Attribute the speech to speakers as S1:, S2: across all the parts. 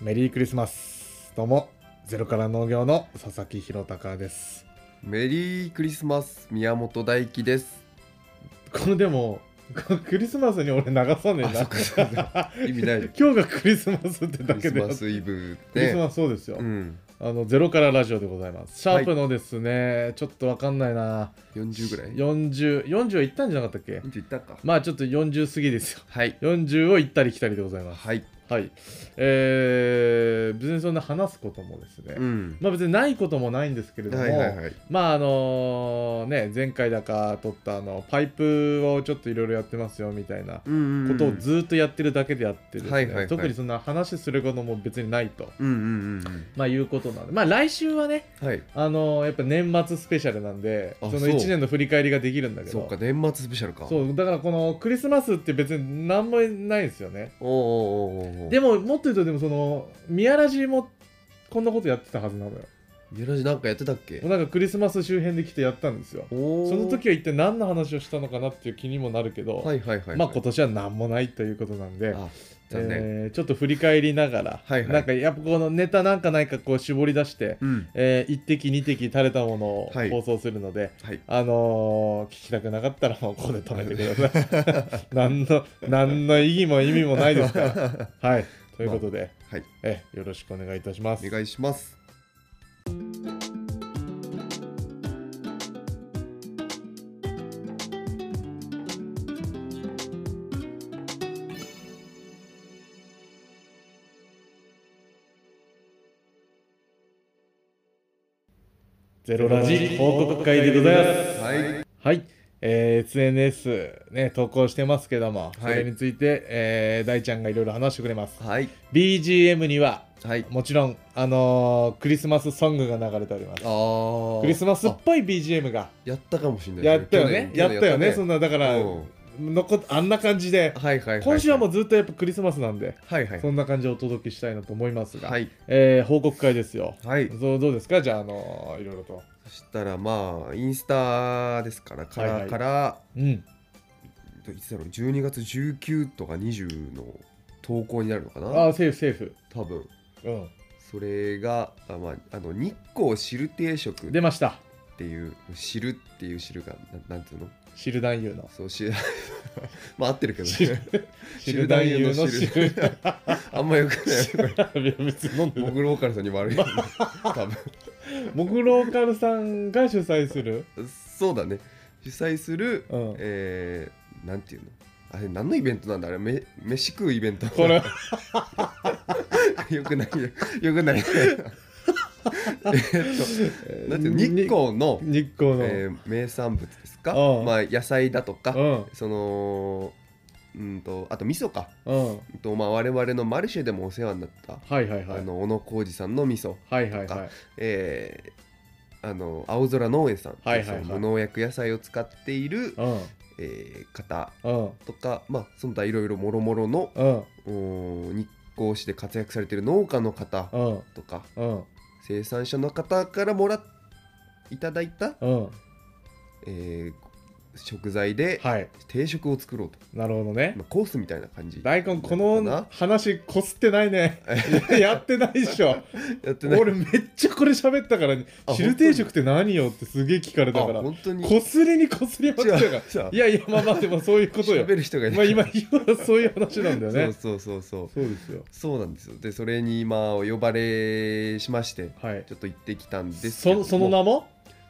S1: メリークリスマスどうもゼロから農業の佐々木弘隆です
S2: メリークリスマス宮本大輝です。
S1: このでもこクリスマスに俺流さねえ
S2: あ、そっかそっか
S1: な
S2: 意味ない。
S1: 今日がクリスマスって
S2: ク
S1: だ
S2: リ
S1: け
S2: ス
S1: で
S2: マスイブ
S1: クリス
S2: ね。
S1: マスそうですよ、
S2: うん、
S1: あのゼロからラジオでございますシャープのですね、ちょっとわかんないな
S2: 40ぐらい
S1: 4040は行ったんじゃなかったっけ
S2: ?40 いったか。
S1: まあちょっと40過ぎですよ
S2: はい。
S1: 40を行ったり来たりでございます
S2: はい。
S1: はいえー、別にそんな話すこともですね、
S2: うん。
S1: まあ別にないこともないんですけれども、
S2: はいはいはい。
S1: まああのね前回だか撮ったあのパイプをちょっといろいろやってますよみたいな
S2: うんうんう
S1: こ
S2: ん。
S1: とをずっとやってるだけでやってですね、
S2: はいはいはい
S1: 特にそんな話することも別にないと、
S2: うんうんうん
S1: まあ、いうことなんでまあ来週はね
S2: うん。はい。
S1: あのやっぱ年末スペシャルなんで
S2: あ
S1: その
S2: そう
S1: 1年の振り返りができるんだけど
S2: そうか、年末スペシャルか。
S1: そうだからこのクリスマスって別に何もないんですよね
S2: おうおうおうおうおう。
S1: でももっと言うとでもその宮ラジもこんなことやってたはずなのよ
S2: ミラジなんかやってたっけ
S1: なんかクリスマス周辺で来てやったんですよ
S2: おー
S1: その時は一体何の話をしたのかなっていう気にもなるけど、
S2: はいはいはいはい。
S1: まあ今年は何もないということなんで、
S2: あ、残念。
S1: えーちょっと振り返りながら、
S2: はいはい
S1: なんかやっぱこのネタなんかないかこう絞り出して、
S2: うん。
S1: え1滴2滴垂れたものを
S2: はい
S1: 放送するので、
S2: はい。
S1: あのー聞きたくなかったらもうここで止めてくださ い。何の何の意義も意味もないですから。 はい、ということで、
S2: はい。
S1: えよろしくお願いいたします。
S2: お願いします。
S1: ゼロラジ報告会でございます。
S2: はい。
S1: はい、えー SNS、ね、投稿してますけども、それについて、えー大ちゃんがいろいろ話してくれます。
S2: はい。
S1: BGM には、
S2: はい。
S1: もちろん、あのークリスマスソングが流れております。
S2: ああ。
S1: クリスマスっぽい BGM が
S2: やったかもしれない。
S1: やったよね。
S2: 去
S1: や
S2: 年
S1: っ
S2: 去年
S1: たよね。そんな、だから、
S2: うん
S1: 残っあんな感じで、
S2: はいはいはい。
S1: 今週はもうずっとやっぱクリスマスなんで、
S2: はいはい
S1: そ。んな感じでお届けしたいなと思いますが、
S2: はい。
S1: えー報告会ですよ。
S2: はい。
S1: そうどうですかじゃあ、あのーいろいろと。
S2: そしたらまあ、インスタですから、から、
S1: はいはい
S2: から、
S1: うん。
S2: えっといつだろう、12月19とか20の投稿になるのか
S1: あ
S2: な
S1: あ、セーフ、セーフ。
S2: 多分。
S1: うん。
S2: それが、あまあ、あの日光汁定食っ
S1: 出ました。
S2: ていう、汁っていう汁が、ななんていうの
S1: 汁男優の。
S2: そう、汁、 まあ合ってるけど
S1: 汁
S2: ね。
S1: 汁男優の汁
S2: 汁。 あんまよくない。
S1: 別 に飲んでない
S2: 僕ローカルさんにも悪 い。多分。
S1: モグローカルさんが主催する、
S2: そうだね。主催する、
S1: うん、こ
S2: えー、なんていうのあれ何のイベントなんだあれめ飯食うイベント
S1: れ
S2: よくないよ よくないえーっとなんていうの日光の、
S1: 日光の、
S2: えー名産物ですか
S1: うん
S2: まあ野菜だと
S1: う
S2: か
S1: ん
S2: そのうんとあと味噌か
S1: うん
S2: うんとまあ我々のマルシェでもお世話になった、
S1: はいはいはい
S2: あの小野浩二さんの味噌
S1: はいはい
S2: と
S1: はい
S2: かえーあの青空農園さんってう、
S1: はいはいはい
S2: その無農薬野菜を使っている、
S1: うん
S2: えー方
S1: うん
S2: とか、まあ、その他いろいろもろもろの
S1: うん
S2: おー日光市で活躍されてる農家の方
S1: うん
S2: とか
S1: うん
S2: 生産者の方からもらっいただいた、
S1: うん
S2: えー食材で
S1: はい
S2: 定食を作ろうと、
S1: なるほどね
S2: まあコースみたいな感じ
S1: 大根こ
S2: な
S1: の話こすってない ねやってないっしょ
S2: やってない
S1: 俺めっちゃこれ喋ったから
S2: あ
S1: 汁定食って何よってすげえ聞かれたから
S2: あ本当に
S1: こすりにこすりまくったから
S2: じゃあ
S1: いやいやまあまあでもそういうことよ
S2: 喋る人がい
S1: まあ
S2: ない、
S1: 今今そういう話なんだよね
S2: そうそうそうそう
S1: そうですよ
S2: そうなんですよでそれにまあお呼ばれしまして
S1: はい
S2: ちょっと行ってきたんですけど
S1: そ
S2: も
S1: その名も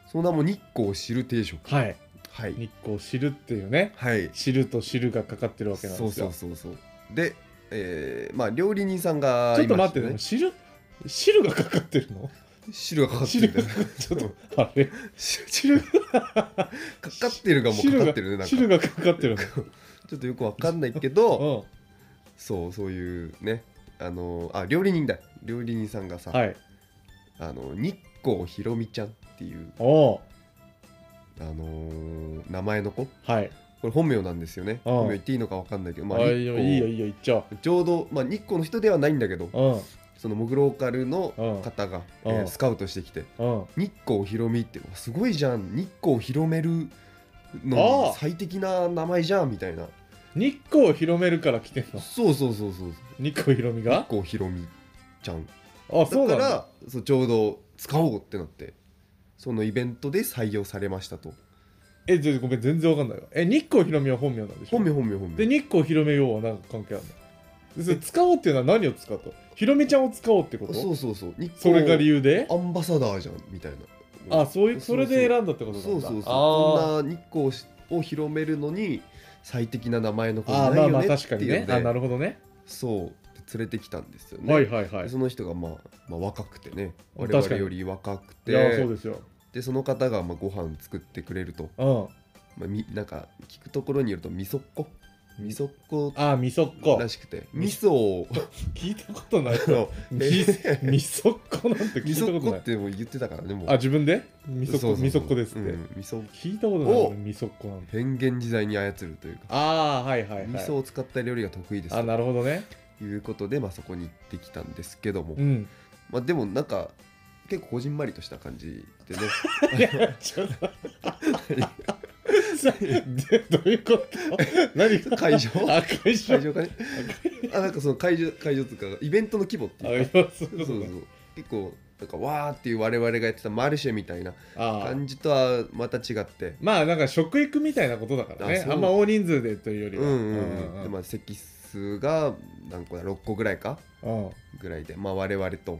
S2: その名も日光汁定食
S1: はい
S2: はい
S1: 日光汁っていうね
S2: はい
S1: 汁と汁がかかってるわけなん
S2: そう
S1: ですよ
S2: そうそうそうで、えー、まあ料理人さんが
S1: ちょっと
S2: いま
S1: 待っ
S2: して
S1: ね汁汁がかかってるの
S2: 汁がかかって
S1: 汁
S2: るみた
S1: が
S2: いな
S1: ちょっ とあれ汁が
S2: かかってるがもうかかってるねなんか
S1: 汁がかかってる の
S2: ちょっとよくわかんないけ
S1: う
S2: ど
S1: ん
S2: そうそういうねあのあ料理人だ料理人さんがさ、
S1: はい
S2: あの日光ひろみちゃんっていう
S1: おお
S2: あのー名前の子こ
S1: うはい
S2: れ本名なんですよね
S1: うん
S2: 本名言っていいのかわかんないけどま
S1: あ
S2: あ
S1: いい
S2: 日
S1: よ
S2: 光
S1: いいよいいよいっちゃ
S2: ちょうど、まあ、日光の人ではないんだけど
S1: おう
S2: そのモグローカルの方が、
S1: うん
S2: えー
S1: うん
S2: スカウトしてきて
S1: うんうん
S2: 日光ひろみってうわすごいじゃん日光広める
S1: あ
S2: の
S1: あ
S2: に最適な名前じゃんみたいな
S1: 日光を広めるから来てんの
S2: そうそうそうそう
S1: 日光広み
S2: 日
S1: が
S2: 光ひろみちゃん
S1: あ
S2: だ
S1: そう
S2: か
S1: なんだ
S2: らそうちょうど使おうってなってそのイベントで採用されましたと
S1: えじゃあごめん全然わかんないわえ日光ひろみは本名なんでしょ
S2: 本名本名本名
S1: で日光ひろみようは何か関係あるのそれ使おうっていうのは何を使うとひろみちゃんを使おうってこと
S2: そうそうそう日
S1: そ
S2: 光
S1: れが理由で
S2: アンバサダーじゃんみたいな
S1: あそういうそれで選んだってことなんだ
S2: そうそうそう
S1: あ
S2: そんな日光を広めるのに最適な名前の子
S1: ーあー
S2: がない
S1: ま
S2: よ
S1: あ
S2: ね
S1: まあ
S2: っ
S1: 確
S2: て
S1: かに
S2: い
S1: ね
S2: う
S1: あな
S2: ので
S1: るほどね
S2: そうで連れてきたんですよね、
S1: はいはいはい
S2: でその人が、まあ、まあ若くてね
S1: 確
S2: 我
S1: かに
S2: 々より若く
S1: いや
S2: て
S1: そう
S2: で
S1: ですよ
S2: その方がまあご飯作ってくれると、
S1: うん
S2: まあ、みなんか聞くところによるとみそっこみそっこ
S1: あーみそっこ
S2: らしくてみそを
S1: 聞いたこと ない
S2: あの
S1: みみそっこなんて聞
S2: み
S1: いた
S2: そ
S1: こ
S2: っ
S1: と
S2: こ
S1: ない
S2: ってもう言ってたからねもう
S1: あ自分でみそっ
S2: そ
S1: こ
S2: うそうそう
S1: みそっこですって
S2: うんみそ
S1: 聞いたことないよ
S2: お
S1: ねみそっこなんて
S2: 変幻自在に操るというか
S1: ああはいはいはい
S2: 味噌を使った料理が得意です
S1: あなるほどね
S2: ということで、まあ、そこに行ってきたんですけども、
S1: うん
S2: まあ、でもなんか結構こじんまりとした感じでね
S1: いやちょっとさで どういうこと 何が
S2: 会場
S1: あ会場
S2: 会場 かねあなんかその会場会場とかイベントの規模って
S1: あ
S2: いうか
S1: 今そうい
S2: そ
S1: こと
S2: ううそう
S1: だ
S2: そう結構なんかわーっていう我々がやってたマルシェみたいな
S1: あー
S2: 感じとはまた違って
S1: まあなんか食育みたいなことだから
S2: あ
S1: ね
S2: そう
S1: あんま大人数でというより
S2: うん
S1: は
S2: うんうん
S1: う
S2: で
S1: んうん
S2: まあ席数が何個だ6個ぐらいか
S1: うん
S2: ぐらいでまあ我々と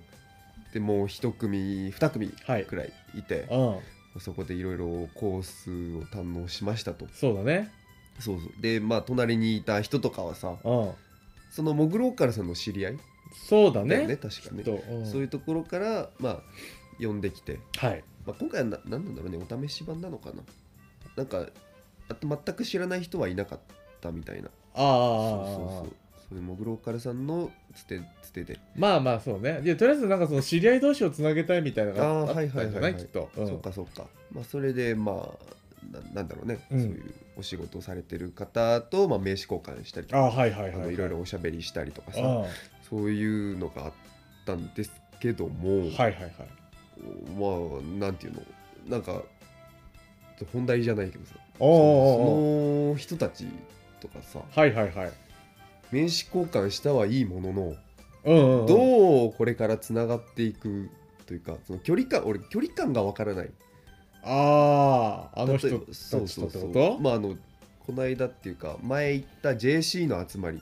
S2: でもう1組2組
S1: はい
S2: くらいいて、
S1: うん
S2: そこでいろいろコースを堪能しましたと
S1: そうだね
S2: そうそうでまあ隣にいた人とかはさ
S1: うん
S2: そのモグローカルさんの知り合い
S1: そうだ
S2: だよね
S1: ね
S2: 確か
S1: きっ
S2: ね
S1: とうん
S2: そういうところからまあ呼んできて、
S1: はい
S2: まあ、今回はな何なんだろうねお試し版なのかななんかあと全く知らない人はいなかったみたいな
S1: あ
S2: そう
S1: あ
S2: そうそうそういうモグローカルさんのつてつてで
S1: まあまあそうねいやとりあえずなんかその知り合い同士をつなげたいみたいなのがあ
S2: あ
S1: っ
S2: ー
S1: た
S2: は
S1: ん
S2: い
S1: じ
S2: はいはいはい
S1: ゃないきっとうん
S2: そうかそうか、まあ、それでまあななんだろうね、
S1: うん
S2: そういうお仕事をされてる方と、まあ、名刺交換したりと
S1: あ
S2: か
S1: ーはいはい
S2: あ
S1: は
S2: の
S1: い
S2: いろいろおしゃべりしたりとか
S1: うん
S2: さ
S1: はい
S2: そういうのがあったんですけども、
S1: はいはい
S2: まあなんていうのなんか本題じゃないけどさ
S1: おーおーおー
S2: その人たちとかさ
S1: はいはいはい
S2: 名刺交換したはいいものの、
S1: うんうんうん
S2: どうこれからつながっていくというかその距離感俺距離感がわからない
S1: あああの
S2: 例え
S1: 人
S2: ば
S1: たち
S2: そうそ
S1: と
S2: う
S1: って
S2: そ
S1: こ
S2: う
S1: と
S2: まああのこの間っていうか前行った JC の集まり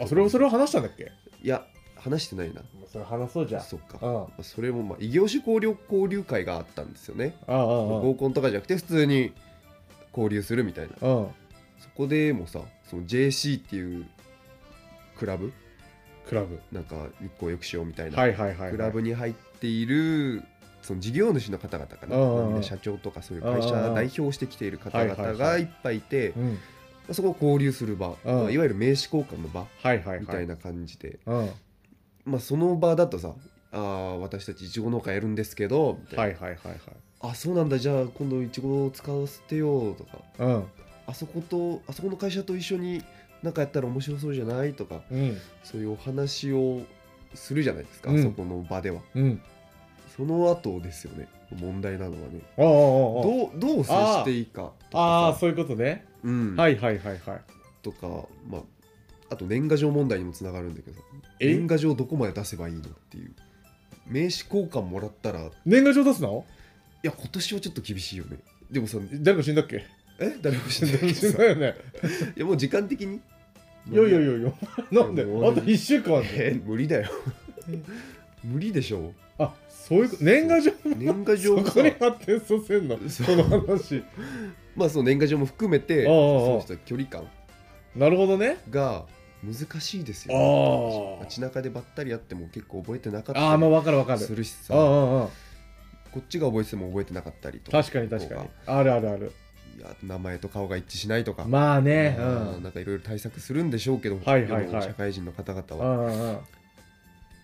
S1: あそれをそれを話したんだっけ
S2: いや話してないな
S1: それ話そうじ
S2: そっか
S1: うんあ
S2: それもまあ異業種交流交流会があったんですよね
S1: あああ
S2: 合コンとかじゃなくて普通に交流するみたいな
S1: うん
S2: そこでもさその JC っていうクラブ
S1: クラブ
S2: なんか日光浴しようみたいな、
S1: はいはいはいはい
S2: クラブに入っているその事業主の方々かな、
S1: うんうんうん
S2: まあみんな社長とかそういう会社
S1: うんうんうん
S2: 代表してきている方
S1: はいは
S2: 々
S1: いは
S2: が
S1: い
S2: いっぱいいて、
S1: うん
S2: まあそこを交流する場、まあいわゆる名刺交換の場
S1: はいはいはい
S2: みたいな感じで、
S1: うんはい
S2: まあ、その場だとさあー私たちいちご農家やるんですけどみたいな、
S1: はいはいはい
S2: あそうなんだじゃあ今度いちごを使わせてよとか
S1: うん
S2: あそことあそこの会社と一緒になんかやったら面白そうじゃないとか
S1: うん
S2: そういうお話をするじゃないですか、
S1: うん
S2: そこの場では
S1: うん
S2: その後ですよね問題なのはね
S1: あああああ
S2: どうどう接していいかと
S1: あああ
S2: かさ
S1: そういうことね
S2: うん
S1: はいはいはいはい
S2: とかまああと年賀状問題にもつながるんだけどさ
S1: え
S2: 年賀状どこまで出せばいいのっていう名刺交換もらったらい
S1: 年賀状出すの
S2: や今年はちょっと厳しいよねでもさ
S1: 誰か死んだっけ
S2: え誰もし
S1: 死
S2: ないけど
S1: ん
S2: さ
S1: だよね
S2: いやもう時間的に
S1: いやいやいやいやなんであ
S2: いやもう
S1: と1週間あんだよ
S2: え無理だよ無理でしょ
S1: あそういうこと年賀状
S2: 年賀状
S1: そ
S2: もさ
S1: こに発展させんの
S2: そ
S1: この話
S2: まあその年賀状も含めて
S1: ああああ
S2: そうした距離感
S1: なるほどね
S2: が難しいですよ、
S1: ああ
S2: 街中でばったり会っても結構覚えてなかっ
S1: ああ
S2: た
S1: まあ分かる分か
S2: り
S1: る
S2: するし
S1: ああ
S2: さ
S1: ああ
S2: こっちが覚えてても覚えてなかったりと
S1: 確かに確かにあるあるある
S2: いや名前と顔が一致しないとか
S1: まあねう
S2: あー
S1: ん
S2: なんかいろいろ対策するんでしょうけど、
S1: はいはいはい
S2: 世の社会人の方々
S1: う
S2: は
S1: んうんうん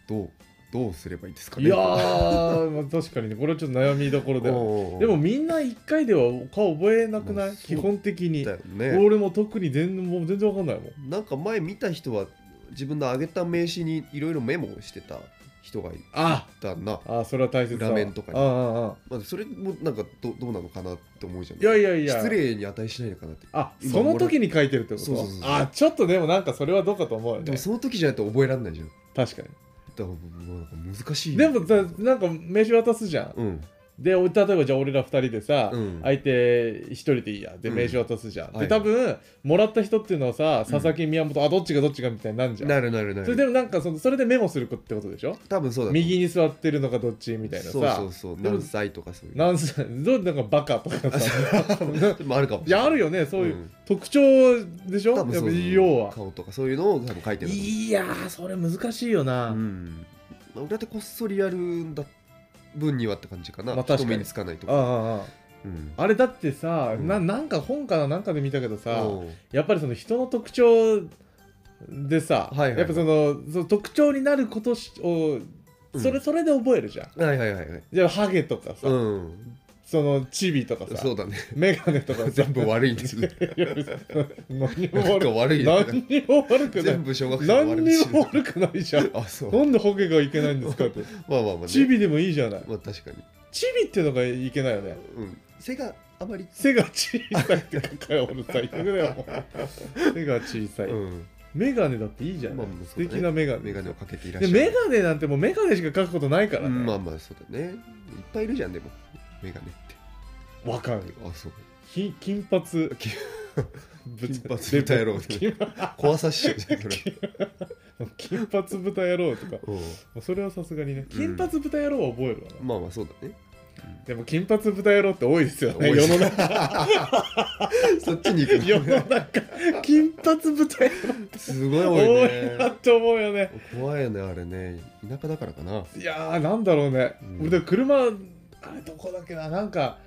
S2: どうどうすればいいですか
S1: い
S2: ね
S1: やー、まあ、確かにねこれはちょっと悩みどころだよでも
S2: 見
S1: みんな1回では顔覚えなくない、
S2: まあそう
S1: 基本的に、
S2: たよね
S1: 俺も特に全然もう全然わかんないもん
S2: なんか前見た人は自分のあげた名刺にいろいろメモしてた人がい
S1: あ
S2: たな、
S1: あそれは大切だわ
S2: 裏面とかに
S1: ああああ
S2: まあ、それもなんかどどうなのかなって思うじゃん
S1: いやいやいや
S2: 失礼に値しないのかなって
S1: あ
S2: 今
S1: その時に書いてるってこと
S2: そうそうそうそう
S1: あちょっとでもなんかそれはどうかと思うよ
S2: で
S1: ね
S2: もその時じゃないと覚えられないじゃん
S1: 確かに
S2: だからもうなんか難しい
S1: でもだなんか名刺渡すじゃん
S2: うん
S1: でお例えばじゃあ俺ら2人でさ、
S2: うん
S1: 相手1人でいいやで
S2: うん
S1: 名刺渡すじゃん、
S2: は
S1: で
S2: い
S1: 多分もらった人っていうのはさ佐々木宮本、あどっちがどっちがみたいになるじゃん
S2: なるなるな
S1: それ
S2: る
S1: でもなんかそのそれでメモするってことでしょ
S2: 多分そうだと思う
S1: 右に座ってるのがどっちみたいなさ
S2: そうそうそう
S1: でも
S2: 何歳とかそういう
S1: なんすどうなんかバカとかさ
S2: でもあるか も
S1: いやある
S2: よ
S1: よねそういう、
S2: うん
S1: 特徴でしょ
S2: 多分
S1: やっ
S2: そ
S1: ぱ
S2: う
S1: 要は
S2: 顔とかそういうのを多分書いてる
S1: いやーそれ難しいよ
S2: う
S1: な、
S2: ん俺だってこっそりやるんだ分にはって感じかな
S1: まあ確かに
S2: 人目につかないと
S1: ああ
S2: か
S1: ああ
S2: うん
S1: あれだってさ、
S2: うん
S1: ななんか本かななんかで見たけどさ、
S2: うん
S1: やっぱりその人の特徴でさ、
S2: はいはいはい
S1: やっぱそのその特徴になることしを
S2: うん
S1: それそれで覚えるじゃん、
S2: はいはいはいはい
S1: じゃあハゲとかさ、
S2: うん
S1: そのチビとかさ
S2: そうだね
S1: メガネとかさ
S2: 全部悪いんですね
S1: いや別に何 も
S2: なん
S1: 悪
S2: か
S1: く
S2: 悪いよね
S1: 何にも悪くな
S2: 全
S1: い
S2: 部小学生の
S1: 何
S2: 悪
S1: に
S2: 口
S1: も悪くないじゃん
S2: あそう
S1: なんでハゲがいけないんですかって
S2: まあまあまあね
S1: チビでもいいじゃない
S2: まあ確かに
S1: チビっていうのがいけないよね
S2: うん背があまり
S1: 背が 小さいって書い俺最悪だよもう背が小さい、
S2: うん
S1: メガネだっていいじゃん、
S2: まあまあ
S1: 素
S2: そうだね
S1: 敵なメガネ
S2: 眼鏡をかけていらっし
S1: で
S2: ゃる
S1: メガネなんてもうメガネしか書くことないから
S2: う
S1: ね、
S2: んまあまあそうだねいっぱいいるじゃんでも眼鏡って
S1: わかる
S2: あそう
S1: 金金髪
S2: 金
S1: 金
S2: 髪豚野郎
S1: 金
S2: 怖さ師匠じゃ んそれ
S1: 金 髪豚野郎とか
S2: う
S1: それはさすがにね金髪豚野郎は覚えるわな、
S2: んまあまあそう だね
S1: でも金髪豚野郎って多いですよね
S2: 多
S1: 世
S2: いで
S1: の
S2: す
S1: 中
S2: そっちに行く
S1: 世の中金髪豚野
S2: すごい
S1: 郎
S2: 多
S1: 多
S2: い
S1: いな
S2: ね
S1: って思うよね
S2: 怖いよねあれね田舎だからかない
S1: やーなんだろうね、
S2: うん
S1: 俺で車あれどこだっけななんか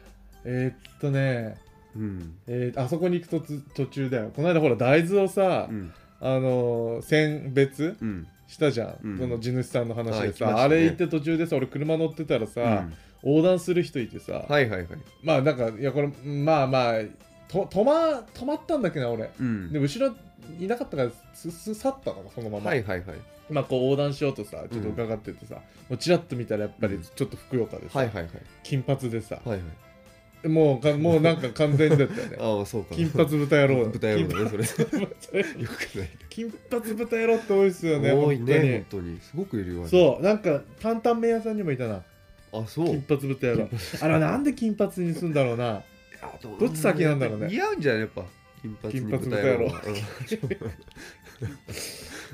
S1: えー、っとね
S2: うん
S1: えーあそこに行くとつ途中だよこの間ほら大豆をさ、
S2: うん
S1: あのー選別
S2: うん
S1: したじゃん、
S2: うん
S1: その地主さんの話でさ
S2: あ行きまし
S1: あ,、
S2: たね
S1: れ行って途中でさ俺車乗ってたらさ、
S2: うん
S1: 横断する人いてさ、
S2: はいはいはい
S1: まあなんかいやこれまあまあと止ま止まったんだっけな俺
S2: うん
S1: で後ろいなかったからすす去ったのそのまま、
S2: はいはいはい
S1: まあこう横断しようとさちょっと伺っててさ、もうちらっと見たらやっぱり
S2: うん
S1: ちょっとふくよかでさ、
S2: はいはいはい
S1: 金髪でさ、
S2: はいはい
S1: もうかもうなんか完全だったよね
S2: ああ そうか
S1: 金髪豚野郎
S2: 豚野郎だねそれ
S1: 金髪豚野郎
S2: よく
S1: 金髪豚野郎って多いですよ
S2: な
S1: ね
S2: い多い
S1: 本当に
S2: ね本当にすごくいるよ
S1: そうなんか担々麺屋さんにもいたな
S2: うあそ
S1: 金
S2: う
S1: 髪豚野郎あれなんで金髪にすんだろうなどっち先なんだろうね
S2: 似合うんじゃないやっぱ金髪に
S1: 金髪
S2: 豚
S1: 豚
S2: 野
S1: 野郎
S2: 郎は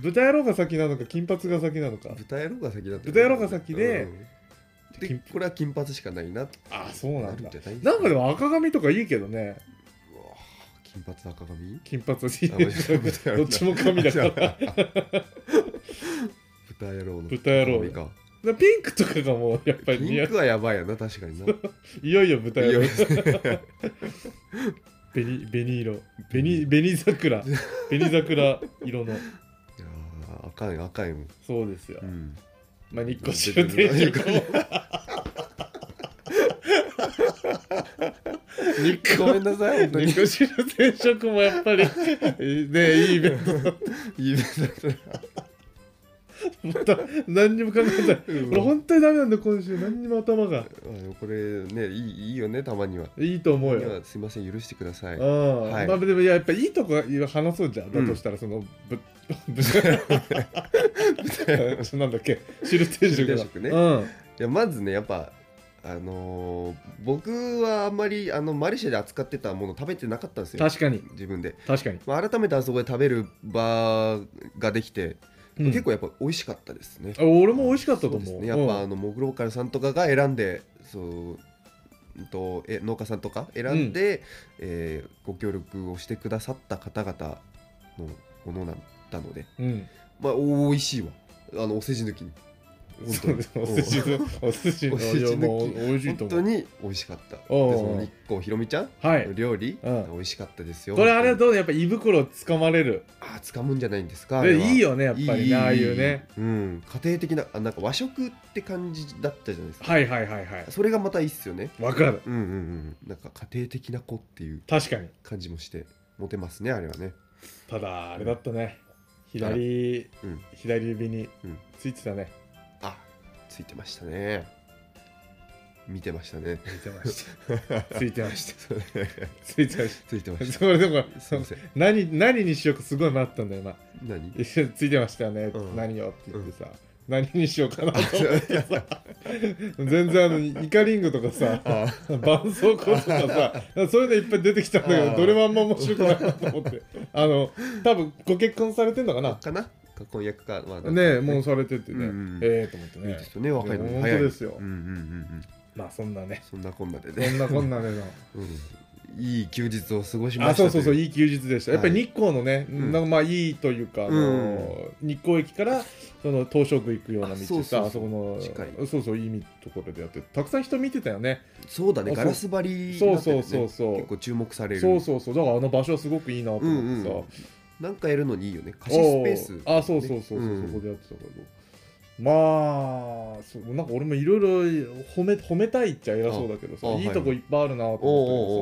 S1: 豚野郎が先なのか金髪が先なのか
S2: うん豚野郎が先だった
S1: 豚野郎が先で
S2: うんで
S1: 金
S2: これは金髪しかないなって
S1: あそうな
S2: なんる
S1: だ
S2: んじゃない
S1: なんかでも赤髪とかいいけどね
S2: うわ金髪赤髪
S1: 金髪は
S2: あ豚野郎
S1: どっちも髪だから
S2: 豚野郎の
S1: 豚野郎
S2: 髪か
S1: ピンクとかがもうやっぱり似
S2: ピ
S1: 合
S2: ン
S1: う
S2: クはやばいよな確かにない
S1: よいよ豚野郎
S2: いや
S1: 紅紅色紅紅桜紅桜色の
S2: いやー赤い赤いもん、
S1: そうですよ、
S2: うん、
S1: まあ日光白定食も日
S2: ご
S1: 光
S2: めんなさ い本当
S1: 日
S2: に
S1: 光白定食もやっ ぱりねいいイベントだっ
S2: いいねだった
S1: 何にも考えない
S2: うん
S1: 俺本当にダメなんだ今週何にも頭が
S2: たあのこれねいいいいよねたまにはい
S1: いと思う
S2: たまに
S1: よ
S2: はすいません許してください
S1: うん
S2: はい
S1: まあでもいややっぱいいとこ話そうじゃんだとしたらそのぶぶなんだっけ汁定食
S2: 定
S1: だ
S2: 食ね
S1: うん
S2: いやまずねやっぱあのー僕はあんまりあのマルシェで扱ってたもの食べてなかったんですよ
S1: 確かに
S2: 自分で、
S1: 確かに
S2: まあ、改めてあそこで食べる場ができて、
S1: うん
S2: 結構やっぱ美味しかったですね
S1: あ俺も美味しかったと思
S2: そうですね、やっぱあのモグローカルさんとかが選んでそううんとえ農家さんとか選んで、えーご協力をしてくださった方々のものだったので、
S1: うんうん
S2: まあ、美味しいわあのお世辞抜きに
S1: そうですお寿司のお寿司の
S2: お寿司抜き
S1: いやもう美味しいと
S2: 本
S1: 思
S2: 当
S1: う
S2: に美味しかったで
S1: おうおう
S2: その日光ひろみちゃん
S1: はい
S2: の料理、
S1: うん
S2: 美味しかったですよ
S1: これあれは
S2: 本
S1: どうやっぱ胃袋をつかまれる
S2: 当にあー掴むんじゃないんですかあれ
S1: で
S2: はい
S1: いよねやっぱりねああいうね、
S2: うん、家庭的なあなんか和食って感じだったじゃないですか
S1: はいはいはいはい
S2: それがまたいいっすよね
S1: わかる
S2: うんうんうん、なんか家庭的な子っていう
S1: 確かに
S2: 感じもしてモテますねあれはね
S1: ただあれだったね左、
S2: うん
S1: 左指に
S2: うん
S1: ついてたね
S2: あついてましたね見てまし たね
S1: ついてましたついてました
S2: そうね
S1: ついてまし
S2: ついてま
S1: た
S2: し
S1: それでも
S2: たすいません
S1: 何何にしようかすごい迷ったんだよ今
S2: 何
S1: いやついてましたよね、
S2: うん
S1: 何よって言ってさ、何にしようかな と思ってさ全然あのイカリングとかさ
S2: ああ
S1: 絆創膏とかさそういうのいっぱい出てきたんだけ
S2: あ
S1: ど
S2: ー
S1: どれもあんま面白くないなと思 ってあの多分ご結婚されてんのかな
S2: かなか婚約か、まあ、なんか
S1: ねえもうされててね、
S2: うんうん
S1: ええと思って
S2: いい
S1: ね
S2: ですよね若いの
S1: いや
S2: も早い
S1: 本当ですよ
S2: うんうんうんうん
S1: まあそんなね
S2: そんなこんなで
S1: そ
S2: ね、
S1: んなこんなでの
S2: うん、いい休日を過ごしま
S1: あ
S2: した
S1: そうそうそう
S2: とい
S1: いい休日でしたやっぱり日光のね、
S2: ん
S1: なんかまあいいというか、あの日光駅からその東照宮行くような道
S2: あ
S1: さ
S2: そうそうそう
S1: あそこの
S2: 近い
S1: そうそういいところでやってたくさん人見てたよね
S2: そうだね
S1: あそ
S2: ガ
S1: う
S2: ラス張りに
S1: そ
S2: な
S1: う
S2: ってる
S1: そうそ
S2: ね
S1: うそう
S2: 結構注目される
S1: そうそうそうだからあの場所はすごくいいなと思ってさ、
S2: うんうんなんかやるのにいいよね貸しスペース、
S1: おうあそうそうそうそう、
S2: うん
S1: そこでやってたけどまあそうなんか俺もいろいろ褒め褒めたいっちゃ偉そうだけどさ
S2: ああ
S1: いいとこいっぱいあるなと
S2: おう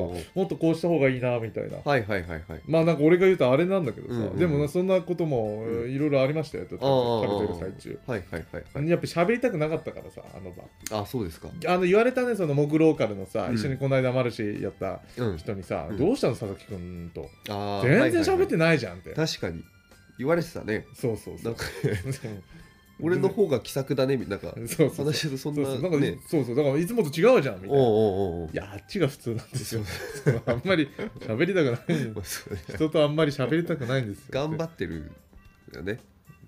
S2: お
S1: 思った
S2: うお
S1: け
S2: う
S1: どさもっとこうした方がいいなみたいな
S2: はいはいはいはい
S1: まあなんか俺が言うとあれなんだけどさ、
S2: うんうん
S1: でもなそんなことも
S2: うん
S1: いろいろありましたよ、食べて食べてる最中
S2: はいはいはいはい
S1: やっぱ喋りたくなかったからさあの場
S2: あそうですか
S1: あの言われたねそのモグローカルのさ、
S2: うん
S1: 一緒にこの間マルシーやった
S2: うん
S1: 人にさ、
S2: うん
S1: どうしたの佐々木くんと
S2: あー
S1: 全然喋って
S2: は
S1: ないじゃんって、
S2: いはいはい確かに言われてたね
S1: そうそうそ
S2: なん
S1: う
S2: か
S1: うん
S2: 俺の方が気さくだねみなんか
S1: そうそうそう
S2: 話のそん
S1: そうそうなん
S2: な
S1: か
S2: ね
S1: そうそうだからいつもと違うじゃんみたいな。
S2: おうおうおうおう
S1: いやあっちが普通なんですよ。 あんまり喋りたく ない。
S2: まあそうね
S1: 人とあんまり喋りたくないんですよ。
S2: 頑張ってるよね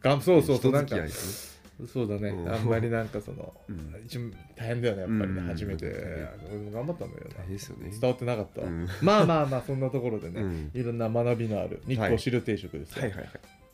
S1: がんそうそうそう
S2: 人
S1: なん
S2: 付
S1: か
S2: き合いですね
S1: そうだね、
S2: うん
S1: あんまりなんかその、
S2: うん
S1: 一応大変だよねやっぱりね、
S2: うん
S1: 初めて、
S2: う
S1: 俺も頑張ったんだよ
S2: 大変ですよね
S1: な伝わってなかった、
S2: うん
S1: まあまあまあそんなところでね、
S2: うん
S1: いろんな学びのある日光汁定食ですよ、
S2: はいはいはい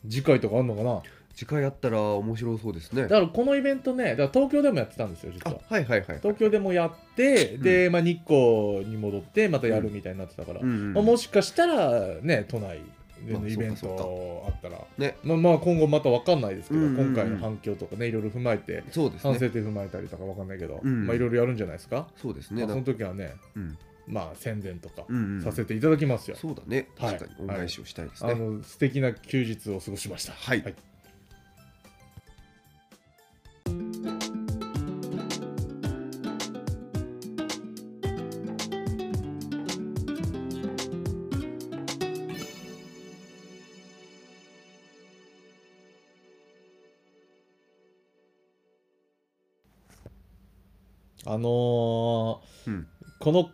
S1: 次回とかあんのかな
S2: 次回やったら面白そうですね
S1: だからこのイベントねだから東京でもやってたんですよ実
S2: あ
S1: は
S2: はいはいはい
S1: 東京でもやって、で、まあ、日光に戻ってまたやるみたいになってたから、
S2: うん
S1: まあ、もしかしたらね都内で
S2: ま
S1: の
S2: あ
S1: イベン
S2: そうか
S1: トあったら、
S2: ね
S1: まあ、まあ今後また分かんないですけど、
S2: うんうんうん
S1: 今回の反響とかねいろいろ踏まえて
S2: そうです
S1: 反省
S2: ね
S1: 点踏まえたりとか分かんないけど、
S2: うん
S1: まあいろいろやるんじゃないですか、
S2: そうですね
S1: まあ、その時はね
S2: うん
S1: まあ宣伝とか
S2: うんうん
S1: させていただきますよ、
S2: そうだね
S1: はい
S2: 確かに恩返しをしたいです
S1: あ
S2: ね
S1: の素敵な休日を過ごしました
S2: はい
S1: あの
S2: うん
S1: ーこの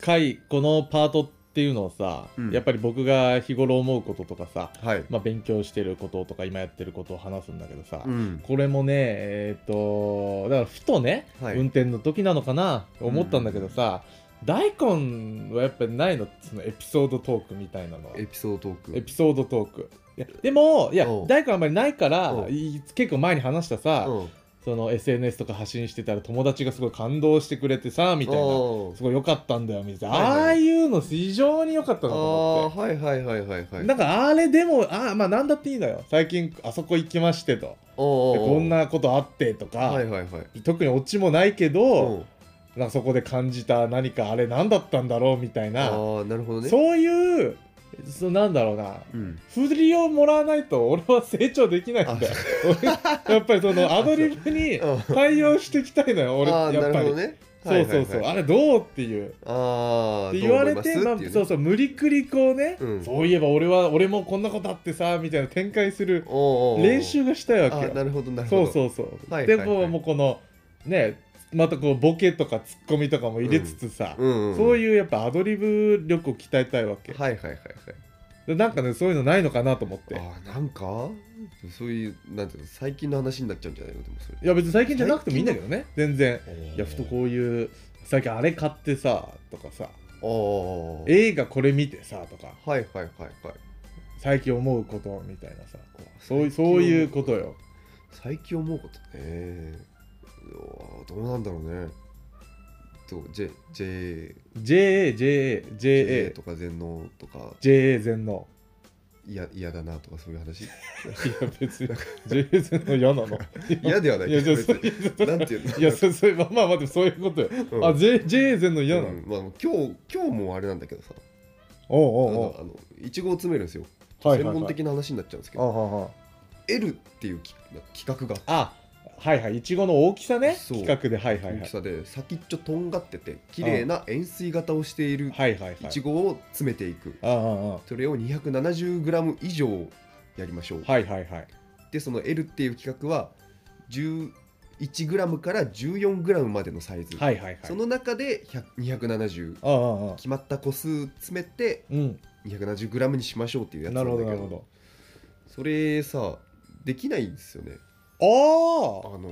S1: 回このパートっていうのはさ、
S2: うん
S1: やっぱり僕が日頃思うこととかさ、
S2: はい
S1: まあ、勉強してることとか今やってることを話すんだけどさ、
S2: うん
S1: これもねえっ、とだからふとね、
S2: はい
S1: 運転の時なのかな思ったんだけどさ、大根はやっぱりないのそのエピソードトークみたいなのは
S2: エピソードトーク
S1: エピソードトークいやでもいや
S2: おう
S1: 大根あんまりないから
S2: おう
S1: い結構前に話したさ、
S2: うん
S1: その SNS とか発信してたら友達がすごい感動してくれてさみたいな
S2: おー
S1: すごい良かったんだよみたいな、
S2: はいはい
S1: ああいうの非常に良かったなと思って
S2: ああーはいはいはいはいはい
S1: なんかあれでもあーまあなんだっていいのよ最近あそこ行きましてと
S2: お
S1: で
S2: ーおー
S1: こんなことあってとか、
S2: はいはいはい
S1: 特にオチもないけ
S2: う
S1: ど
S2: ん
S1: なんかそこで感じた何かあれ何だったんだろうみたいな、
S2: ああなるほどね
S1: そういうそうなんだろうな
S2: うん
S1: 振りをもらわないと俺は成長できないんだよ俺やっぱりそのアドリブに
S2: うん
S1: 対応していきたいのよ俺
S2: ああな
S1: やっ
S2: る
S1: ぱ
S2: ほ
S1: り、
S2: どね
S1: そうそうそう、
S2: はいはいはい
S1: あれどうっていう
S2: ああ
S1: って言われてま
S2: ど
S1: あ
S2: う思いますっていうね
S1: そうそう無理くりこうね、
S2: うん
S1: そういえば俺は俺もこんなことあってさみたいな展開する
S2: おーおーおー
S1: 練習がしたいわけ
S2: あな
S1: よ
S2: るほどなる
S1: そ
S2: ほ
S1: う
S2: ど
S1: そうそう、
S2: はいは
S1: で
S2: いはい
S1: こうもうこのねまたこうボケとかツッコミとかも入れつつさ、
S2: うんうん
S1: そういうやっぱアドリブ力を鍛えたいわけ、
S2: はいはいはい
S1: でなんかねそういうのないのかなと思って
S2: はいあーなんかそういうなんていうの最近の話になっちゃうんじゃないのでもそれ
S1: いや別に最近じゃなくてもいいんだけどね全然いやふと
S2: う
S1: こういう最近あれ買ってさとかさ
S2: ああ
S1: 映画これ見てさとか
S2: はいはいはいはい
S1: 最近思うことみたいなさ
S2: あ
S1: そうい
S2: 最近
S1: そういうことよ
S2: 最近思うことねうわーどうなんだろうねそう J J
S1: JAJAJA
S2: とか全能とか
S1: JA 全能
S2: いや嫌だなとかそういう話
S1: いや別に JA 全能嫌なの
S2: 嫌ではないい
S1: や
S2: け
S1: じゃ
S2: ど
S1: あそう
S2: 別になんていうの
S1: いやそそうまあまあまあでもそういうことよ、
S2: うん
S1: あ J- JA 全能嫌なの、
S2: うんまあ、今日今日もあれなんだけどさあ
S1: おうおう
S2: のあのいちごを詰めるんですよ、
S1: おうはいはい
S2: 専
S1: はい
S2: 門的な話になっちゃうんですけ
S1: あ
S2: ど
S1: はは
S2: L っていうき企画があっ
S1: あはいはいいちごの大きさね
S2: そう
S1: 企画ではいはい
S2: て
S1: はい
S2: 大きさで先っちょとんがってて綺麗な円錐型をしている
S1: はいはいはい
S2: いちごを詰めていく
S1: ああああ
S2: それを 270g 以上やりましょう
S1: はいはいはい
S2: でその L っていう企画は 11g から 14g までのサイズ、
S1: はいはいはい
S2: その中で100 270
S1: ああああ
S2: 決まった個数詰めて
S1: うん、
S2: 270g にしましょうっていうやつな
S1: なんる
S2: だ
S1: ほ
S2: け
S1: ど
S2: ど
S1: なるほど
S2: それさできないんですよねあ
S1: あ
S2: の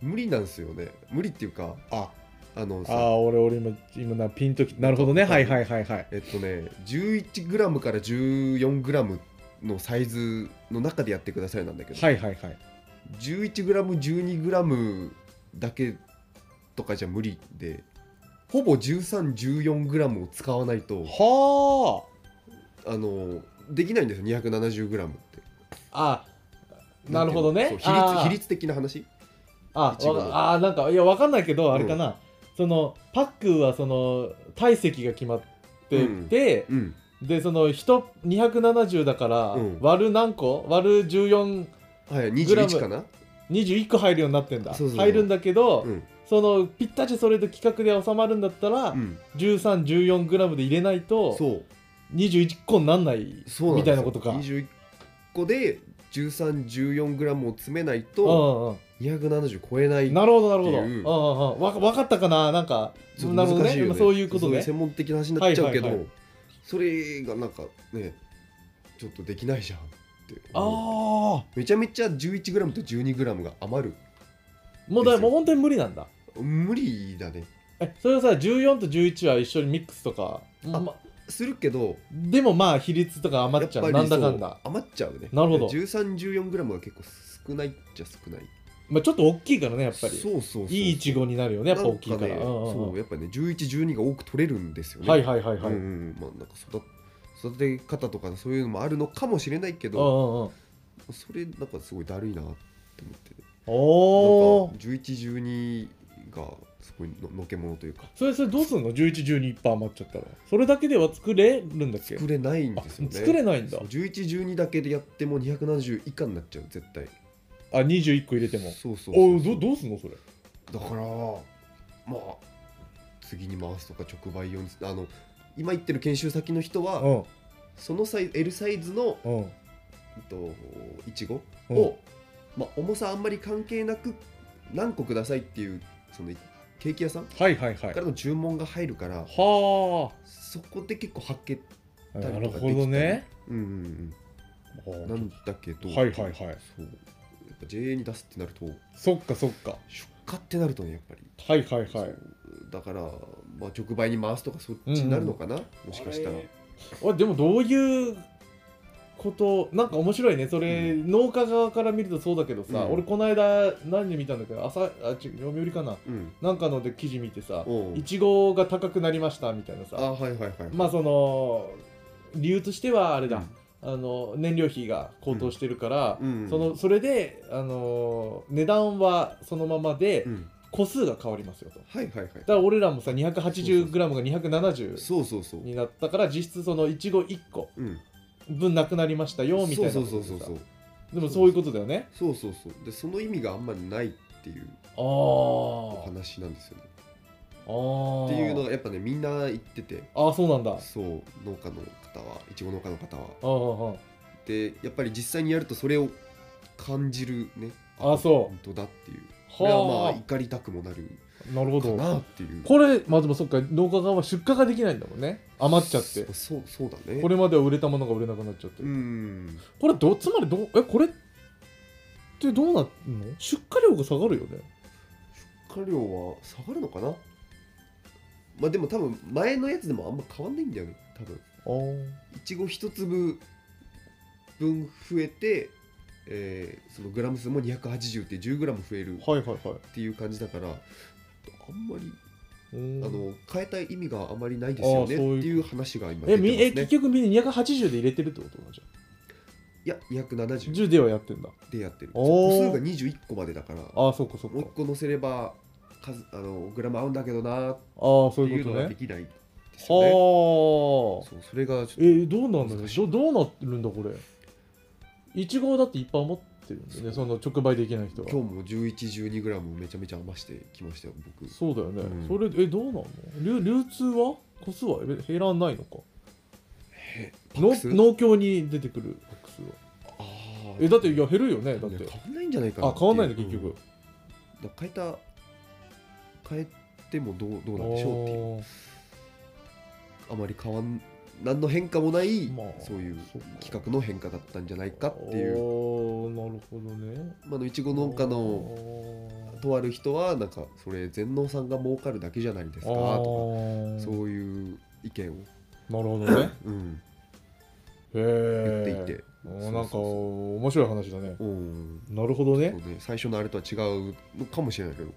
S2: 無理なんですよね無理っていうか
S1: ああ
S2: あの
S1: ああ
S2: さ
S1: 俺俺今今なピンときなるほどねはいはいはいはい
S2: えっとね 11g から 14g のサイズの中でやってくださいなんだけど、
S1: はいはいはい
S2: 11g12g だけとかじゃ無理でほぼ 1314g を使わないと
S1: は
S2: あのできないんですよ 270g って
S1: ああなるほどね
S2: そう比
S1: あ
S2: 率
S1: あ
S2: 比率的な話
S1: あ
S2: 一部の
S1: わあなんかいやわかんないけどあれかな、そのパックはその体積が決まってて、
S2: うん
S1: でその人270だから、
S2: うん
S1: 割る何個割る14
S2: はい
S1: グラム
S2: 21かな
S1: 21個入るようになってんだ
S2: そうそうそう
S1: 入るんだけど、
S2: うん
S1: そのぴったしそれと規格で収まるんだったら、
S2: うん
S1: 1314グラムで入れないと
S2: そう
S1: 21個になんない
S2: そうなん
S1: み
S2: です
S1: た
S2: よ
S1: いなことかうん
S2: 21個で1314グラムを詰めないと
S1: うんうん
S2: 270超えない
S1: なるほどなるほど、う
S2: っ
S1: ん
S2: てい
S1: う
S2: う
S1: んうん、わかわかったかななんか
S2: ちょっと
S1: なるほど
S2: 難し
S1: ね
S2: いよね
S1: そういうこと
S2: そう
S1: ね
S2: 専門的な話になっちゃうけど、
S1: はいはい
S2: それがなんかねちょっとできないじゃんって
S1: ああ
S2: めちゃめちゃ 11g と 12g が余る
S1: もうだもう本当に無理なんだ
S2: 無理だね
S1: えそれをさ14と11は一緒にミックスとか、
S2: あ
S1: ます
S2: るけど
S1: でもまあ比率とか余っちゃう
S2: やぱ
S1: な
S2: り
S1: んだかんだ
S2: そう、余っちゃうね
S1: なるほど
S2: 1314g が結構少ないっちゃ少ない
S1: まあ、ちょっと大きいからねやっぱり
S2: そうそうそう
S1: いいイチゴになるよねやっぱ大きいから
S2: なんね
S1: うんうん
S2: そう
S1: うん
S2: やっぱね1112が多く取れるんですよね
S1: はいはいはいはい、うんん
S2: ううんまあなんか育育て方とかそういうのもあるのかもしれないけ
S1: う
S2: ど
S1: んうん、
S2: それなんかすごいだるいなって思って
S1: おお
S2: なんか1112がすごいののけものというか
S1: それそれどうすんの1112いっぱい余っちゃったらそれだけでは作れるんだっけ
S2: 作れないん
S1: あ
S2: ですよね
S1: 作れないんだ
S2: そう1112だけでやっても270以下になっちゃう絶対
S1: あ21個入れても
S2: そうそう
S1: お
S2: そう
S1: うどどうすんのそれ
S2: だからまあ次に回すとか直売用にあの今言ってる研修先の人は
S1: う
S2: そのサイズ L サイズの
S1: んうん
S2: えっといちご
S1: うん
S2: を、まあ、重さあんまり関係なく何個くださいっていうそのケーキ屋さんか
S1: はいはいはい
S2: らの注文が入るから、
S1: は
S2: そこで結構発見
S1: あ
S2: たりとか
S1: な
S2: で
S1: る
S2: きたり
S1: ほどね
S2: うんうん
S1: あ
S2: うん
S1: ー
S2: なんだけど
S1: はいはいはい
S2: そうやっぱ JA に出すってなると
S1: そっかそっか
S2: 出荷ってなるとねやっぱり、
S1: はいはいはい
S2: そうだから、まあ、直売に回すとかそっちになるのかな、もしかしたら
S1: あれあでもどういうことなんか面白いねそれ、
S2: う
S1: 農家側から見るとそうだけどさ、
S2: うん
S1: 俺この間何で見たんだっけど朝あち読売かな
S2: うん
S1: なんかので記事見てさ
S2: おう
S1: いちごが高くなりましたみたいな
S2: あ
S1: さ
S2: はいはいはい
S1: まあその理由としてはあれだ、あの燃料費が高騰してるから、
S2: うんうん
S1: そのそれであの値段はそのままで
S2: うん
S1: 個数が変わりますよとだ
S2: はいはいはい
S1: から俺らもさ 280g が270
S2: そうそうそう
S1: になったから実質そのいちご1個
S2: うん
S1: 分なくなりましたよみたいな
S2: そうそうそうそうそう
S1: でもそういうことだよね
S2: そうそうそうでその意味があんまりないっていう
S1: あ
S2: お
S1: ー
S2: 話なんですよね
S1: あー
S2: っていうのがやっぱねみんな言ってて
S1: ああそうなんだあ
S2: そう農家の方はいちご農家の方は
S1: あー
S2: でやっぱり実際にやるとそれを感じるね
S1: あそう
S2: 本当だっていうこれはまあ
S1: は
S2: 怒りたくもなる
S1: あなるほ
S2: か
S1: ど
S2: なっていう
S1: これまあでもそっか農家側は出荷ができないんだもんね余っちゃって
S2: そそうそうだね
S1: これまでは売れたものが売れなくなっちゃって
S2: う
S1: る
S2: ん
S1: これどつまりどうえこれってどうなるの出荷量が下がるよね
S2: 出荷量は下がるのかなまあでも多分前のやつでもあんま変わんないんだよね多分
S1: あー
S2: いちご一粒分増えて、えーそのグラム数も280って10グラム増える
S1: はいはいはい
S2: っていう感じだからあんまり、
S1: うーん
S2: あの変えたい意味があまりないですよねって
S1: あーそういう
S2: いう話が今
S1: え
S2: 出て
S1: みえ
S2: ます
S1: 結
S2: ね
S1: 局みんな280で入れてるってことなんじゃ
S2: いや
S1: ん
S2: 270
S1: 10ではやってんだ
S2: でやってる個
S1: おー
S2: 数が21個までだからも
S1: ああそっかそっ
S2: う
S1: か
S2: 1個乗せれば数あのグラム合うんだけどな
S1: ああ
S2: ーって
S1: そうい
S2: いうう
S1: こ
S2: の
S1: と
S2: が
S1: ね
S2: できないですよね
S1: はあ
S2: そうそれがちょっ
S1: えーどうなんだろう
S2: 難し
S1: どどうなってるんだこれいちごだっていっぱい持ってるんだよねその直売できない人
S2: と
S1: は
S2: 今日も1112グラムめちゃめちゃ余してきましたよ僕
S1: そうだよね、
S2: うん
S1: それえどうなの流流通は個数はえ減らないのか
S2: えパッ
S1: の
S2: クス
S1: 農協に出てくるパックスは
S2: ああ変わ
S1: えだっていや減るよねだっ
S2: ね
S1: て
S2: 変わんないんじゃないかな
S1: あ変わんないんだ結
S2: うん
S1: 局
S2: だから変えた変えてもどうどうなんでしょうっていう
S1: おー
S2: あまり変わん何の変化もない、
S1: まあ
S2: そういう
S1: そうか
S2: 企画の変化だったんじゃないかっていう
S1: おーなるほどね
S2: まああのいちご農家の
S1: おー
S2: とある人はなんかそれ全農さんが儲かるだけじゃないですか
S1: あ
S2: と
S1: ー
S2: かそういう意見を、
S1: なるほどね
S2: うん、言
S1: へ
S2: って
S1: え
S2: いて、
S1: お
S2: そ
S1: ー
S2: う
S1: なんか面白い話だね
S2: うん
S1: なるほど
S2: そ
S1: ね
S2: うね最初のあれとは違うのかもしれないけど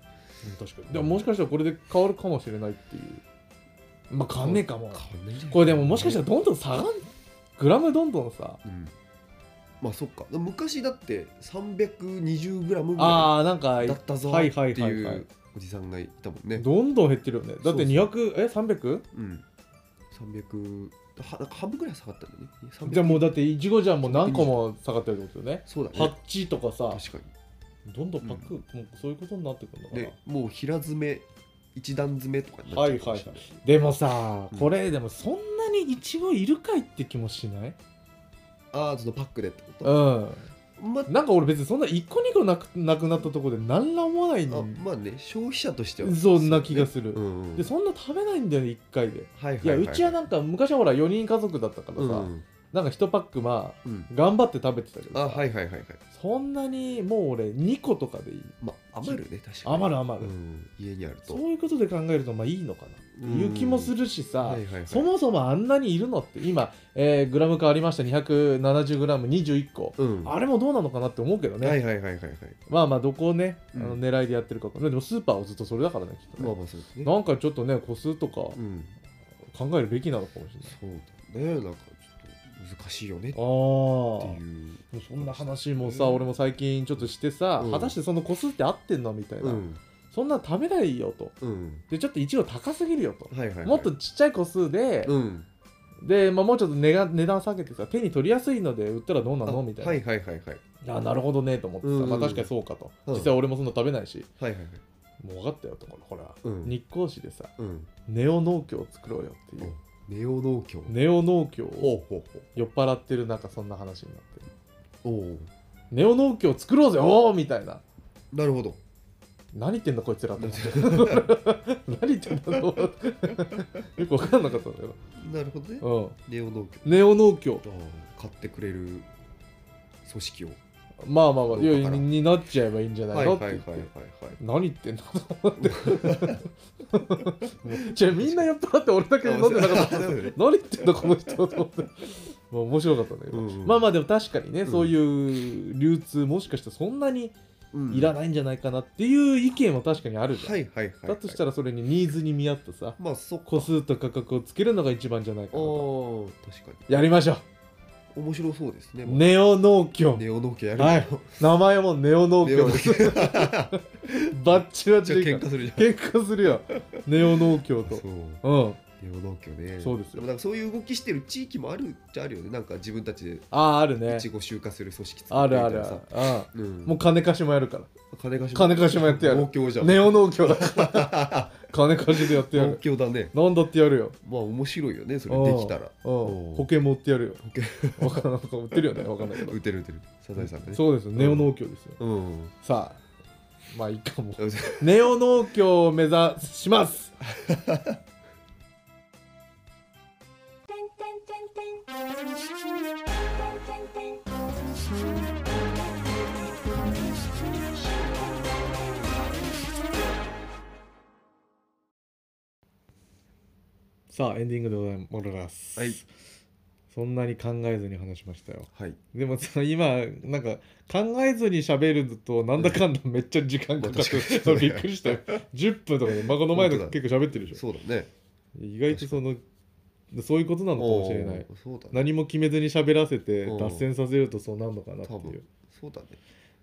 S1: 確かにでももしかしたらこれで変わるかもしれないっていうまあ変わんねえかも
S2: 変わんないんじゃない
S1: これでももしかしたらどんどん下がんグラムどんどんさ
S2: うん、まあそっか昔だって 320g ぐらい
S1: ああなんか
S2: だったぞ
S1: はい
S2: って
S1: はいはい
S2: い
S1: はいう
S2: おじさんがいたもんね、
S1: どんどん減ってるよねだって
S2: そうそう
S1: 200え 300?
S2: うん、300はなんか半分ぐらい下がったんだよね300
S1: じゃあもうだっていちごじゃんもう何個も下がってるってことだよね
S2: そうだね
S1: 8とかさ
S2: 確か
S1: どんどんパック、もうそういうことになってくるのか
S2: に
S1: な
S2: でもう平詰め一段詰めとかになっちゃうかもしれない
S1: でもさ
S2: うん
S1: これでもそんなにいちごいるかいって気もしない
S2: ああそのパックでってこ
S1: うん
S2: とまあ
S1: なんか俺別にそんな1個2個なくなくなったとこで何ら思わない
S2: あ
S1: の
S2: まあね消費者としては
S1: そんな気がする
S2: そうねうんうん
S1: でそんな食べないんだよね1回で
S2: はいはいい
S1: や
S2: はいう
S1: ちはなんか昔はほら4人家族だったからさ、
S2: うん
S1: なんか1パックまあ
S2: うん
S1: 頑張って食べてたけど
S2: あ
S1: さ
S2: はいはいはいはい
S1: そんなにもう俺2個とかでいい
S2: まあ余るね確かに
S1: 余る余
S2: う
S1: る、
S2: ん家にあると
S1: そういうことで考えるとまあいいのかなっていう気もするしさ、
S2: はいはいはい
S1: そもそもあんなにいるのって今、えーグラム変わりました 270g21 個、
S2: うん
S1: あれもどうなのかなって思うけどね、
S2: はいはいはいはいはい
S1: まあまあどこをねあの
S2: うん
S1: 狙いでやってるかわかんないでもスーパーはずっとそれだからねきっとね、
S2: まあまあそうですね
S1: なんかちょっとね個数とか
S2: うん
S1: 考えるべきなのかもしれない、
S2: そうだねなんかちょっと難しいよねって
S1: ああ
S2: いう
S1: もうそんな話もさ、
S2: うん
S1: 俺も最近ちょっとしてさ、
S2: うん
S1: 果たしてその個数って合ってんのみたいな、
S2: うん
S1: そんなの食べないよと
S2: うん
S1: でちょっと一応高すぎるよと、
S2: はいはいはい
S1: もっとちっちゃい個数で、
S2: うん
S1: で、まあ、もうちょっと値が値段下げてさ手に取りやすいので売ったらどうなのみたいな、、
S2: はいいはいはいはい
S1: やなるほどねと思ってさ、
S2: うん
S1: まあ、確かにそうかと、
S2: うん
S1: 実際俺もそんな食べないし
S2: はいはいはい
S1: もう分かったよとほら、
S2: うん
S1: 日光市でさ
S2: うん
S1: ネオ農協を作ろうよっていう、
S2: ネオ農協
S1: ネオ農協を
S2: ほうほう
S1: 酔っ払ってる中そんな話になって
S2: ほうおう
S1: ネオ農協作ろうぜおーみたいな
S2: なるほ ど
S1: 何言ってんだこいつらと思って 何言ってんだと思って よく分かんなかったんだけ
S2: なるほどね
S1: ど、
S2: ネオ農協
S1: うん、ネオ農協
S2: ああ買ってくれる組織を
S1: まあまあまあいや
S2: だから
S1: になっちゃえばいいんじゃないのって言って何言ってんのと思って じゃあみんな酔っ払って俺だけ飲んでなかった
S2: あそうだね
S1: 何言ってんだこの人と思ってまあ面白かったんだけど、
S2: うんうん
S1: まあまあでも確かにね、
S2: うん
S1: そういう流通もしかしたらそんなに
S2: うん
S1: いら
S2: は
S1: ないんじゃないかなっていう意見も確かにあるじゃん、
S2: いはいはい
S1: だとしたら
S2: ら
S1: それにニーズに見合ったさ
S2: まあそっか
S1: 個数と価格をつけるのが一番じゃないか
S2: あ
S1: なと
S2: あ確か
S1: やりましょ
S2: に面白そうですね
S1: う
S2: まあ
S1: ネオ農協
S2: ネオ農協やる
S1: はい名前もネオ農
S2: ネオ
S1: 協
S2: 農協
S1: です
S2: じゃ
S1: バッチバ
S2: あ
S1: チでいい
S2: 喧
S1: か
S2: 嘩するじゃん
S1: ら喧嘩するよネオ農協と
S2: そう
S1: うん
S2: ネオ農協ね
S1: そうですよ
S2: もなんかそういう動きしてる地域もあるじゃあるよねなんか自分たちで
S1: あああるね
S2: いちご集荷する組織作って
S1: あるあ
S2: みたい
S1: る
S2: な
S1: あ
S2: さ
S1: るああ
S2: うん、
S1: もう金貸しもやるから
S2: 金貸し
S1: 金貸しもやってやる
S2: 農協じゃん
S1: ネオ農協だから 金貸しでやってや
S2: 農
S1: る
S2: 協だね
S1: なんだってやるよ
S2: まあ面白いよねそれできたら
S1: うん
S2: おう
S1: 保険も売ってやるよ
S2: 保険
S1: わかんないなんか売ってるよねわかんないけど
S2: 打てる打てるサザエさんがね
S1: そうですよネオ農協ですよ
S2: うん
S1: さあまあいいかも ネオ農協を目指しますさあエンディングでございます、
S2: はい
S1: そんなに考えずに話しましたよ
S2: はい
S1: でもさ今なんか考えずに喋るとなんだかんだめっちゃ時間かかっ
S2: まあ確か
S1: て
S2: に
S1: びっくりしたよ10分とかで孫の前とか
S2: 本当だ
S1: 結構喋ってるでしょ
S2: そうだね
S1: 意外とそのそういうことなのかもしれない
S2: おうそうだね
S1: 何も決めずに喋らせて
S2: うん
S1: 脱線させるとそうなるのかなって
S2: 多
S1: いう
S2: 分そうだね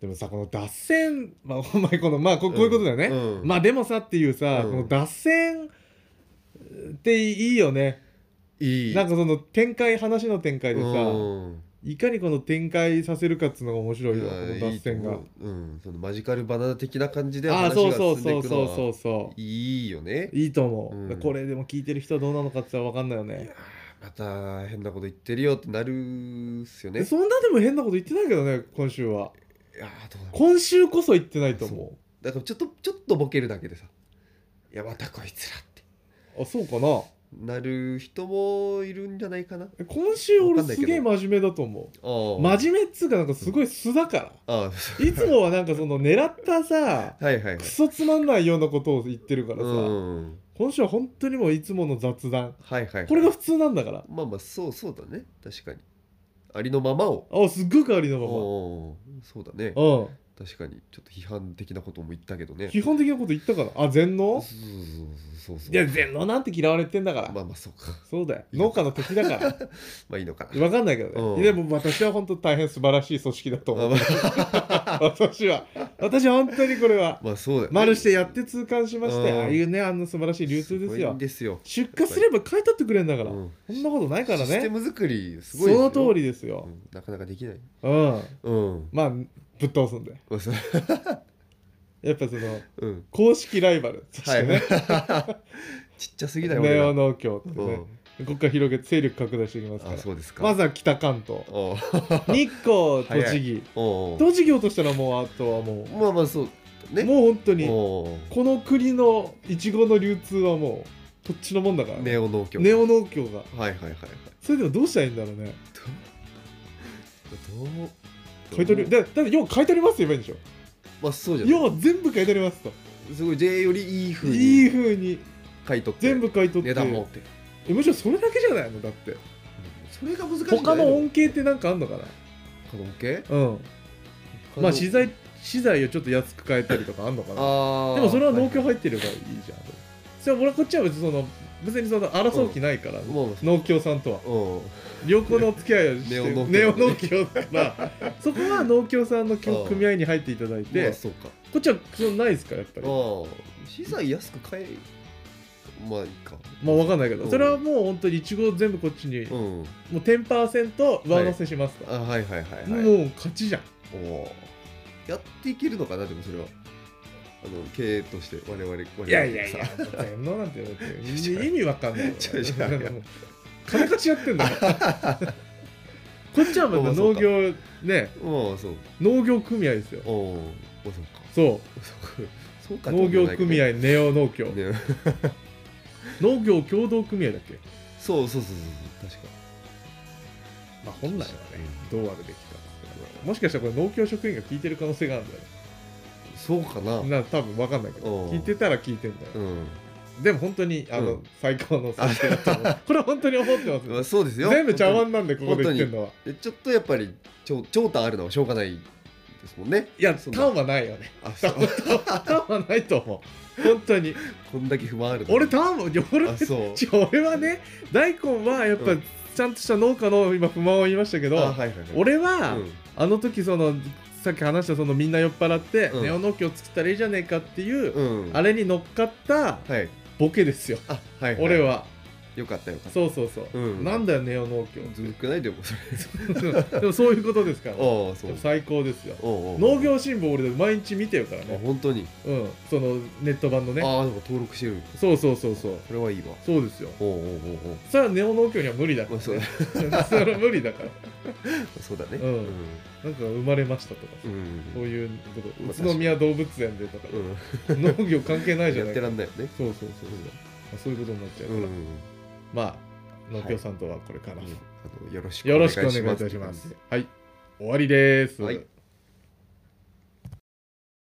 S1: でもさこの脱線まあお前このまあここういうことだよね、
S2: うん
S1: まあでもさっていうさ、
S2: うん
S1: この脱線っていいよね
S2: いい
S1: なんかその展開話の展開でさ、
S2: うん
S1: いかにこの展開させるかっつうのが面白いよ、こ
S2: いや
S1: の脱線が
S2: いいと思ううんそのマジカルバナナ的な感じで
S1: ああ
S2: 話
S1: ー
S2: が
S1: そうそう
S2: 進んで
S1: そ
S2: いうく
S1: そ
S2: の
S1: うそう
S2: は
S1: そ
S2: いいよね
S1: ういいと思う、
S2: うん
S1: これでも聞いてる人はどうなのかって言ったら分かんないよね
S2: ままた変なこと言ってるよってなるっすよね。い
S1: そんなでも変なこと言ってないけどね今週は
S2: やーどうだろう
S1: 今週こそ言ってないと思
S2: だからちょっとちょっとボケるだけでさ「いやまたこいつら」って
S1: うあそうかな
S2: なる人もいるんじゃないかなあ
S1: え今週
S2: わ
S1: 俺
S2: かんな
S1: す
S2: いけど
S1: げえ真面目だと思
S2: あ
S1: う真面目っつうかなんかすごい素だか
S2: あ
S1: らいつもはなんかその狙ったさ
S2: あ はいはいはい
S1: クソつまんないようなことを言ってるからさ、
S2: うん
S1: 今週は本当にもういつもの雑談
S2: はいはい
S1: これが普通なんだから
S2: まあまあそうそうだね確かにありのままを
S1: あすっごくありの
S2: お
S1: まま
S2: おーそうだね
S1: うん
S2: 確かにちょっと批判的なことも言ったけどね
S1: 基本的なこと言ったからあ全
S2: そう
S1: 能
S2: そうそうそうそう
S1: いや全能なんて嫌われてんだから、
S2: まあまあそうか
S1: そうだよ
S2: いいの
S1: 農家の敵だから
S2: まあいいのかな
S1: 分かんないけど
S2: う
S1: ね
S2: ん
S1: でも私は本当大変素晴らしい組織だと
S2: ま
S1: 思
S2: あ
S1: う
S2: ま
S1: 私は私は本当にこれは
S2: あ、まあそうだよね
S1: マルしてやって痛感しまして
S2: うん
S1: ああいうねあんな素晴らしい流通です
S2: すごい
S1: よ
S2: んですよ
S1: 出荷すれば買い取ってくれんだから、
S2: うん
S1: そんなことないから
S2: システ
S1: ね
S2: ム作りすごい
S1: そ
S2: ですよ
S1: の通りです
S2: う
S1: よ、
S2: んなかなかできない
S1: うん
S2: うん
S1: まあぶっ倒すんで
S2: まあそう
S1: やっぱその
S2: うん
S1: 公式ライバルそし
S2: は
S1: て
S2: い
S1: ね、
S2: ちっちゃすぎだよ、
S1: ネ
S2: 俺ら
S1: オ農協って
S2: う
S1: ね
S2: ん、
S1: ここから広げて勢力拡大していきますか
S2: あ、
S1: ら
S2: そうですか。
S1: まずは北関 東
S2: おう、
S1: 日光栃木
S2: おうおう
S1: 栃木落としたらもうあとはもう、
S2: まあまあ、そう。ね。
S1: もう本当に
S2: おう
S1: この国のいちごの流通はもうこっちのもんだから、
S2: ネオ農協。
S1: ネオ農協が
S2: はいはいはいはい。
S1: それでもどうしたらいいんだろうね
S2: どうどう
S1: 買い取りだだって要は買い取りますって言えばいいんでしょ
S2: まあ、そうじゃ
S1: 要
S2: な
S1: は全部買い取りますと
S2: い。すごい、J よりいい風
S1: いい
S2: に
S1: 風に
S2: 買い取って。
S1: 全部買い取
S2: 値
S1: って
S2: 段もって。
S1: えむしろそれだけじゃないのだって
S2: それが難しいんじゃない。
S1: 他の恩恵ってなんかあんのかな
S2: 他の恩恵
S1: うん
S2: 他の
S1: まあ資材資材をちょっと安く買えたりとかあんのかな
S2: ああ。
S1: でもそれは農協
S2: は
S1: 入
S2: い
S1: ってればいいじゃん、それは俺はこっちは別にその別にその争う気ないから、
S2: はい。もう、
S1: 農協さん とは
S2: うん。
S1: 良好なお付き合いをして
S2: ネオ農協
S1: ネオ農協だから そこは農協さんの
S2: うん
S1: 組合に入っていただいて、
S2: まあ、
S1: こ
S2: そうか。
S1: っちはそのないですからやっぱり
S2: ああ。資材安く買え。まあ、いいか。
S1: まあ分かんないけど、
S2: うん
S1: それはもう本当にいちご全部こっちに、も
S2: うん。
S1: う10%上乗せしますから、
S2: あ、はいはいはいはい。
S1: もう勝ちじゃん
S2: おおやっていけるのかなでもそれはあの経営として我々我々
S1: いやいやいや
S2: さ、
S1: 全能なんて言われ
S2: いや
S1: て意味わかんない。
S2: 違う違う違う
S1: 金貸しやってんだから。こっちはま
S2: ま
S1: だ
S2: あそう
S1: 農
S2: か
S1: 業、ね、
S2: うんそう
S1: 農業組合ですよ。
S2: おおそうか
S1: そ
S2: そうかそう
S1: う、
S2: か
S1: 農業組合ネオ農協。
S2: ね
S1: 農業協同組合だっけ
S2: そうそうそうそうそう確か
S1: まあ本来はね、どうあるべきかなんですけど。もしかしたらこれ農協職員が聞いてる可能性があるんだよ
S2: そうかな
S1: ね。な多分わかんないけど、
S2: うん
S1: 聞いてたら聞いてんだよ。
S2: うん、
S1: でも本当に、あ
S2: う
S1: の
S2: ん、
S1: 最高の選手だと思う。これは本当に思って
S2: ま
S1: ま
S2: あ、
S1: す。
S2: そうですよ
S1: 全部茶
S2: 本
S1: 碗なんで、ここで言ってんのは。
S2: 当にちょっとやっぱりちょ長短あるのはしょうがないですもんね
S1: いや、
S2: そ
S1: ターン
S2: んな
S1: はないよね。
S2: あそ
S1: タ
S2: う
S1: ーンはないと思う。本当に。
S2: こんだけ不満あるの
S1: 俺ターンも、いや俺は
S2: あそう
S1: ちょ俺はね、大根はやっぱ、
S2: うん
S1: ちゃんとした農家の今不満を言いましたけど、
S2: あはいはいはい
S1: 俺は、
S2: うん
S1: あの時その、さっき話したそのみんな酔っ払って、
S2: うん
S1: ネオ農協作ったらいいじゃねえかっていう、
S2: うん
S1: あれに乗っかった
S2: はい
S1: ボケですよ。
S2: あはい、はい、
S1: 俺は。
S2: よかったよかった
S1: そうそうそう。
S2: うん
S1: なんだよ、ネオ農協。
S2: ずるくないでもそれ
S1: でもそういうことですから、
S2: ああ
S1: で
S2: そう
S1: も最高ですよ。
S2: おうおう
S1: 農業新聞俺毎日見てるから
S2: あ
S1: ね。
S2: 本当に、
S1: うん。そのネット版のね。
S2: ああでも登録してる
S1: そうそうそうそう。
S2: これはいいわ
S1: そうですよ。
S2: おうおうおうおう
S1: それはネオ農協には無理だか
S2: まあ
S1: ら、
S2: そ う
S1: それは無理だから。
S2: そうだね
S1: うんなんか生まれましたとかさ
S2: うん、
S1: そういうこと
S2: まあ
S1: 宇都宮動物園でとか、
S2: うん
S1: 農業関係ないじゃ
S2: や
S1: な
S2: っ
S1: い
S2: て
S1: から
S2: んないよね
S1: そうそうそうそう、まあ、そういうことになっちゃう
S2: う
S1: か
S2: ん
S1: ら、まあ農協さんとはこれから、
S2: あのよろしく
S1: よろしくお願いいたしますはい終わりです、
S2: はい